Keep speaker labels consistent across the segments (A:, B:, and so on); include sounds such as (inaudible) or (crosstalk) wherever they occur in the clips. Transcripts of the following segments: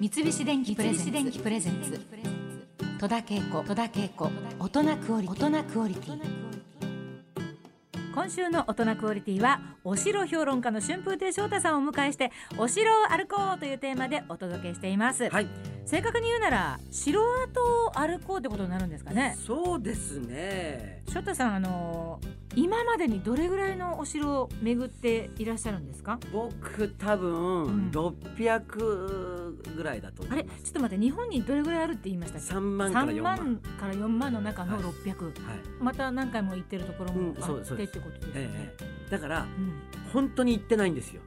A: 三菱電機プレゼンツ戸田恵子戸田恵子大人クオリティ大人クオリティ
B: 今週の大人クオリティはお城評論家の春風亭昇太さんをお迎えしてお城を歩こうというテーマでお届けしています、
C: はい、
B: 正確に言うなら城跡を歩こうってことになるんですかね
C: そうですね。
B: 翔太さんあの今までにどれぐらいのお城を巡っていらっしゃるんですか
C: 僕多
B: ん
C: 分600ぐらいだと思
B: あ
C: い
B: れちょ
C: ます。
B: っと待って日本にどれぐらいあるって言いましたっけ
C: 3万から4
B: 3
C: 万。
B: 万から4万の中の
C: はい
B: 600、
C: はい。
B: また何回も行ってるところも
C: うん
B: あ
C: そう
B: っ
C: そう
B: てっ
C: で
B: て
C: す
B: ことですよね、
C: ええええだから
B: うん、
C: 本当に行ってないんですよ。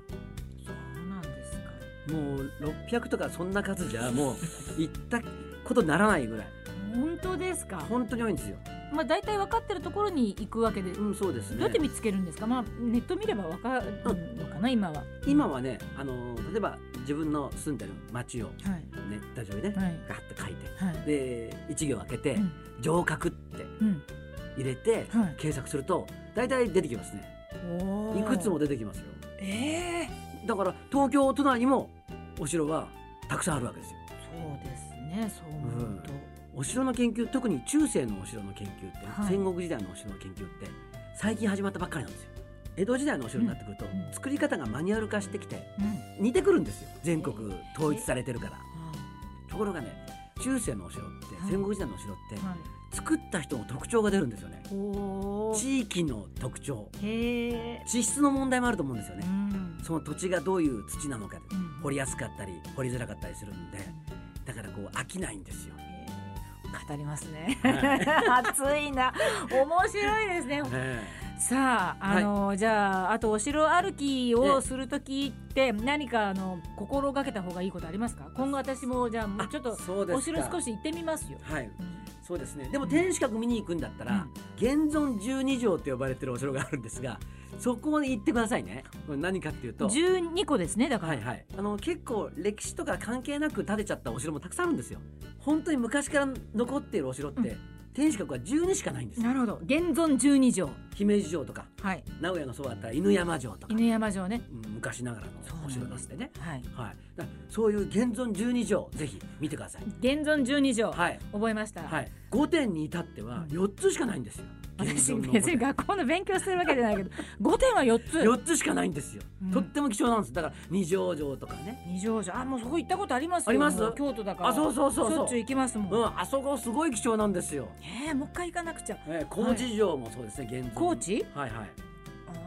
B: そうなんですか
C: もう600とかそんな数じゃもう行ったことならないぐらい。
B: 本当ですか
C: 本当に多いんですよ。
B: まあ大体分かってるところに行くわけで、ど
C: うん、そうです
B: うやって
C: ね。
B: 見つけるんですか、まあネット見れば分かるのかな今は
C: 今はね、あの例えば自分の住んでる町をね、
B: はい
C: ダジョウにね、
B: はい
C: ガッと書いて、
B: はい
C: で一行開けて
B: うん
C: 城郭って
B: うん
C: 入れて
B: はい
C: 検索すると大体出てきますね。
B: おー
C: いくつも出てきますよ。
B: ええ
C: だから東京都内にもお城はたくさんあるわけですよ。
B: そうですねそう思うと、
C: お城の研究特に中世のお城の研究って、
B: はい
C: 戦国時代のお城の研究って最近始まったばっかりなんですよ。江戸時代のお城になってくると、
B: んうん
C: 作り方がマニュアル化してきて
B: うん
C: 似てくるんですよ全国統一されてるから。
B: あ
C: ところがね中世のお城って、
B: はい
C: 戦国時代のお城って、
B: はい、
C: 作った人の特徴が出るんですよね。
B: おー
C: 地域の特徴
B: へえ、
C: 地質の問題もあると思うんですよ
B: う
C: ね。
B: ん
C: その土地がどういう土なのかで
B: うん
C: 掘りやすかったり掘りづらかったりするんでだからこう飽きないんですよ。
B: 語りますね、
C: は
B: (laughs) 熱いな面白いですねさあ、あのじゃああとお城歩きをする時って何かあの心がけた方がいいことありますか今後私もじゃあもうちょっと
C: そうですか
B: お城少し行ってみますよ、
C: はい
B: うん
C: そうですねでも天守閣見に行くんだったら、現存12城と呼ばれてるお城があるんですがそこに行ってくださいねこれ何かっていうと
B: 12個ですねだから、
C: はいはいあの結構歴史とか関係なく建てちゃったお城もたくさんあるんですよ本当に昔から残っているお城って、
B: うん
C: 天守閣は12しかないんですよ
B: なるほど現存12城
C: 姫路城とか
B: はい
C: 名古屋のそうだったら犬山城とか、
B: 犬山城ね
C: うん昔ながらのお城なんでね
B: はい
C: はい、だそういう現存12条ぜひ見てください。
B: 現存12城、
C: はい、
B: 覚えました、
C: はい、5点に至っては4つしかないんですよ。
B: 私
C: 現存の
B: 別に学校の勉強してるわけじゃないけ
C: (laughs)
B: ど5点は4つ
C: 4つしかないんですよ
B: うん。
C: とっても貴重なんです。だから二条城とかね。
B: 二条城あもうそこ行ったことありますよ
C: あります
B: もう京都だから
C: あ、そうそうそう
B: しょ
C: そ
B: っちゅう
C: う。
B: 行きますもん、
C: うん、あそこすごい貴重なんですよ。
B: えー、もう一回行かなくちゃ
C: えー、高知城もそうですね、現存。
B: 高知
C: はいはい。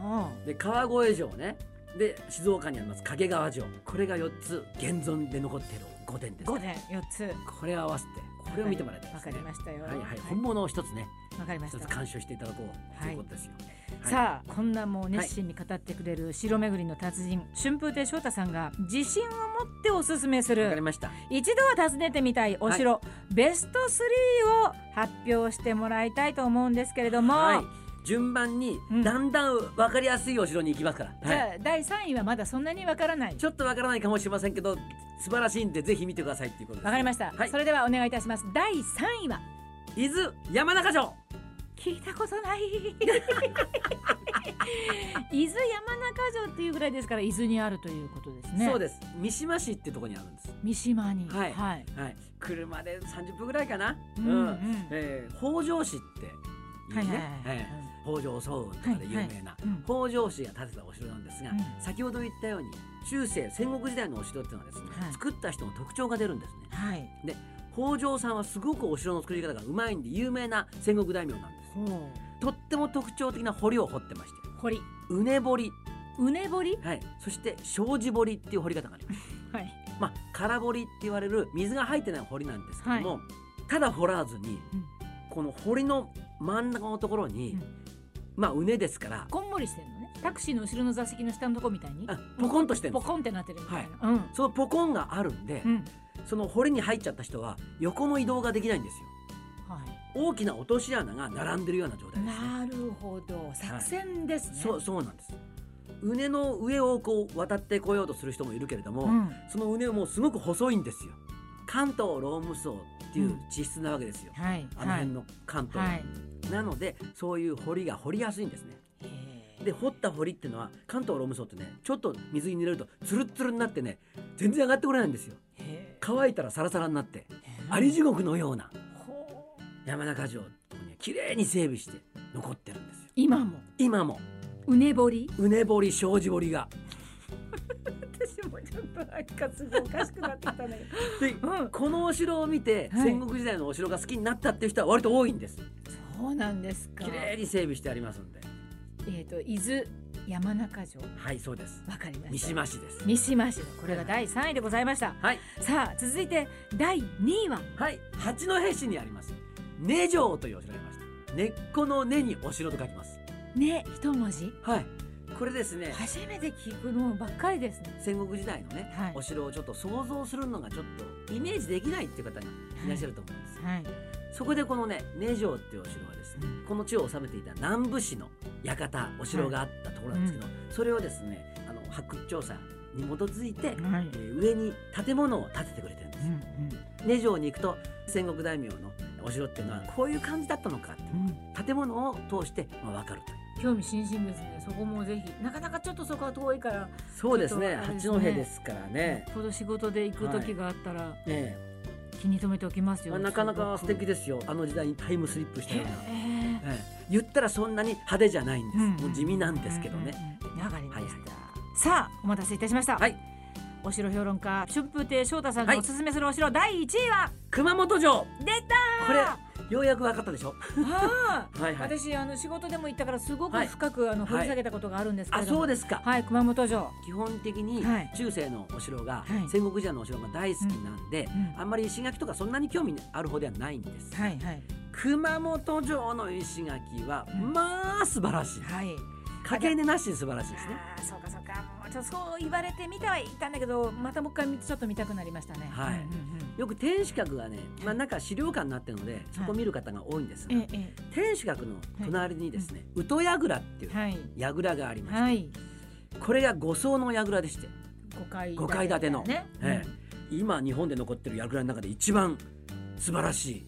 B: あ
C: で川越城ね。で静岡にあります掛川城。これが4つ現存で残っている5点です。
B: 5点4つ
C: これを合わせてこれを見てもらいたいで
B: わ
C: す
B: か
C: ね。
B: りましたよ
C: はいはい、本物を一つね、
B: わかりまし
C: 一つ
B: た
C: 鑑賞していただこうということですよ。はい
B: さあこんなもう熱心に語ってくれる城巡りの達人春風亭昇太さんが自信を持っておすすめす
C: わかり
B: る
C: ました。
B: 一度は訪ねてみたいお城、ベスト3を発表してもらいたいと思うんですけれども、
C: はい。順番に
B: うん
C: だんだんわかりやすいお城に行きますから。
B: じ
C: は
B: ゃあ第3位はまだそんなにわからない
C: い。ちょっとわからないかもしれませんけど、素晴らしいんでぜひ見てくださいっていうことです。
B: わかりました、
C: はい
B: そ。れではお願いいたします第3位は
C: 伊豆山中城。
B: 聞いたこと
C: (laughs)
B: ない伊豆山中城っていうぐらいですから伊豆にあるということですね
C: そうです。三島市ってとこにあるんです。
B: 三島に
C: はい
B: はい
C: はい。車で三十分ぐらいかな。
B: う
C: うんん。
B: うん
C: えー北条氏ってい
B: は
C: うね。
B: いはいはい
C: ええ北条早雲とかで有名な
B: うんうん
C: 北条氏が建てたお城なんですが、
B: うん
C: 先ほど言ったように中世戦国時代のお城っていうのはですね、
B: はい
C: 作った人の特徴が出るんですね。
B: はい
C: 北条さんはすごくお城の作り方がうまいんで有名な戦国大名なんです
B: ほ
C: とっても特徴的な堀を掘ってまして
B: う堀
C: うね掘り、
B: うね堀
C: はい、そして障子掘りっていう掘り方があります
B: はい
C: まあ空掘りって言われる水が入ってない堀なんですけども、ただ掘らずに、
B: うん
C: この堀の真ん中のところに、
B: うん
C: まあうねですから
B: こんもりしてるのねタクシーの後ろの座席の下のとこみたいに
C: あポコンとしてるん
B: ポ
C: です
B: コンってなってるみたいなうん
C: そのポコンがあるんで、
B: うん
C: その堀に入っちゃった人は横の移動ができないんですよ
B: はい
C: 大きな落とし穴が並んでるような状態です、ね、
B: なるほど作戦ですね
C: そうそうなんです。うねの上をこう渡ってこようとする人もいるけれども、
B: うん
C: そのうねもすごく細いんですよ。関東ローム層っていう地質なわけですよ。
B: はい
C: あの
B: は
C: 辺
B: い
C: の関東、
B: はい
C: なのでそういう堀が掘りやすいんですね。
B: へー
C: で掘った堀ってのは関東ローム層ってねちょっと水に濡れるとツルッツルになってね全然上がってこれないんですよ。
B: へ
C: 乾いたらサラサラになってアリ地獄のような
B: ほう
C: 山中城とかには綺麗に整備して残ってるんですよ
B: 今も
C: 今も
B: うねぼり
C: うねぼり障子堀が
B: 私もちょっとなんかすごいおかしくなってきたんだけど
C: で
B: うん
C: このお城を見て、
B: はい
C: 戦国時代のお城が好きになったっていう人は割と多いんです
B: そうなんですか
C: 綺麗に整備してありますんで
B: えっ、と伊豆山中城
C: はいそうです
B: わかりま
C: 三
B: した
C: 島市です
B: 三島市のこれが第3位でございました
C: はい
B: さあ続いて第2位は
C: はい八戸市にあります根城というお城がありました根っこの根にお城と書きます
B: ね一文字
C: はいこれですね
B: 初めて聞くのばっかりですね
C: 戦国時代のね、
B: はい
C: お城をちょっと想像するのがちょっとイメージできないっていう方がいらっしゃると思うんです、
B: はい
C: そこでこのね根城っていうお城はですねこの地を治めていた南部市の館お城があったところなんですけど、それをですねあの発掘調査に基づいて、
B: はい
C: えー上に建物を建ててくれてるんです、根城に行くと戦国大名のお城っていうのはこういう感じだったのかっていう建物を通してまあ分かるという
B: 興味津々ですねそこもぜひなかなかちょっとそこは遠いから
C: そうですね
B: ちょっとあれですね
C: 八戸ですからね、
B: 今度仕事で行く時があったら
C: え
B: 気に留めておきます
C: え
B: よ、
C: まあなかなか素敵
B: で
C: ですよあの時代にタイムスリップしたような、
B: え
C: ええ言ったらそんなに派手じゃないんです、
B: うん
C: もう地味なんですけどね、
B: うんうんわかりました、
C: はいは
B: さあお待たせいたしました、
C: はい
B: お城評論家春風亭昇太さんが
C: はい
B: おすすめするお城、第1位は
C: 熊本城
B: 出
C: これ
B: た
C: ようやく分かったでしょ
B: これ (laughs) あー
C: はいはい
B: 私あの仕事でも行ったからすごく
C: はい
B: 深く、あの
C: はい
B: 掘り下げたことがあるんですけ
C: あ
B: れども
C: そ
B: は
C: う
B: い、
C: ですか、
B: 熊本城、
C: 基本的に
B: はい
C: 中世のお城が、
B: はい
C: 戦国時代のお城が大好きなんで、
B: うん
C: あんまり石垣とかそんなに興味ある方ではないんです、
B: はいはい
C: 熊本城の石垣は、
B: うん
C: まあ素晴らしい
B: はい
C: かけねなしに素晴らしいですね
B: ああそうかそうかもうちょっとそう言われてみたはいたんだけどまたもう一回見てちょっと見たくなりましたね
C: はい
B: うんうん
C: よく天守閣がね、まあ、なんか資料館になってるのでそこ見る方が多いんですが、
B: うんええ
C: 天守閣の隣にですね、宇土櫓って
B: え
C: いう
B: えはい
C: 櫓がありまして、
B: はい
C: これが五層の櫓でして、
B: 五階
C: 五階建ての
B: ね、
C: ええ今日本で残ってる櫓の中で一番素晴らしい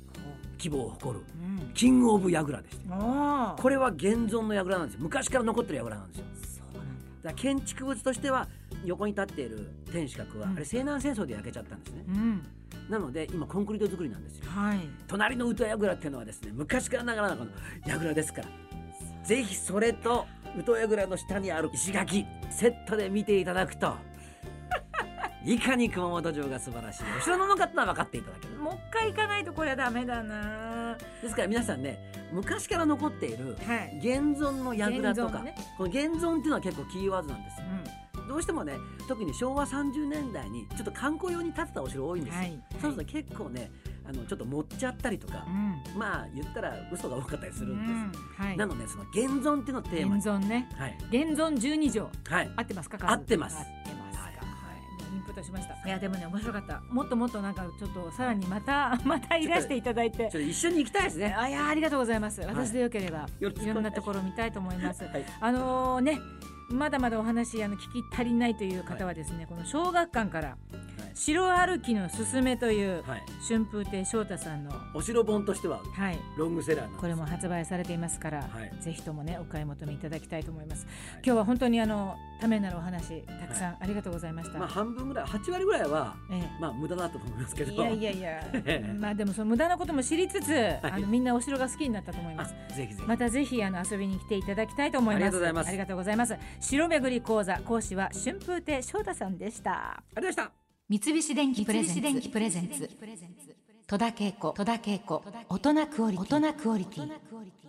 C: 規模を誇る
B: うん
C: キングオブ櫓でして
B: うんああ
C: これは現存の櫓なんですよ昔から残ってる櫓なんですよ
B: そうなんだ
C: だから建築物としては横に立っている天守閣は、
B: うん
C: あれ西南戦争で焼けちゃったんですね
B: う、ん
C: なので今コンクリート作りなんですよ
B: はい
C: 隣の宇都櫓っていうのはですね昔からながらのこの櫓ですからぜひそれと宇都櫓の下にある石垣セットで見ていただくと (laughs) いかに熊本城が素晴らしいお城なのかってのは分かっていただける
B: もう一回行かないとこれはダメだな
C: ですから皆さんね昔から残っている
B: はい
C: 現存の櫓と
B: 現
C: か、
B: 存ね
C: この現存っていうのは結構キーワードなんですよ
B: う
C: どうしてもね特に昭和30年代にちょっと観光用に建てたお城多いん
B: ん
C: ですよ、
B: はい
C: そうすると結構ねあのちょっと持っちゃったりとか
B: う、ん
C: まあ言ったら嘘が多かったりするんです、
B: うんはい
C: なのでその現存っていうのをテーマに
B: 現存ね
C: はい
B: 現存12条
C: はい
B: 合ってますか
C: 合ってます
B: 合ってますか、
C: はい
B: もうインプットしましたいやでもね面白かったもっともっとなんかちょっとさらにまた (laughs) またいらしていただいて
C: ちょっと一緒に行きたいですね
B: あいやありがとうございます
C: い
B: 私でよければ、
C: よろしくお願いします
B: い、ろんなところを見たいと思います
C: はい
B: あのーねまだまだお話あの聞き足りないという方はですね、この小学館から「城歩きのすすめ」という
C: はい、はい、
B: 春風亭昇太さんの、は、
C: お城本としてはいロングセラーなんです
B: これも発売されていますから、
C: はい
B: ぜひともねお買い求めいただきたいと思います、
C: い
B: 今日は本当にあのためになるお話たくさんありがとうございました、
C: まあ半分ぐらい8割ぐらいは
B: ええ
C: まあ無駄だと思いますけど
B: いやいやい
C: (laughs)
B: や
C: ええ
B: まあでもその無駄なことも知りつつ、あのみんなお城が好きになったと思います
C: あぜひぜひ
B: またぜひあの遊びに来ていただきたいと思います
C: ありがとうございます
B: ありがとうございます城巡り講座講師は春風亭昇太さんでした
C: ありがとうございました
A: 三菱電機プレゼンツ戸田恵子戸田恵子大人クオリティ大人クオリティ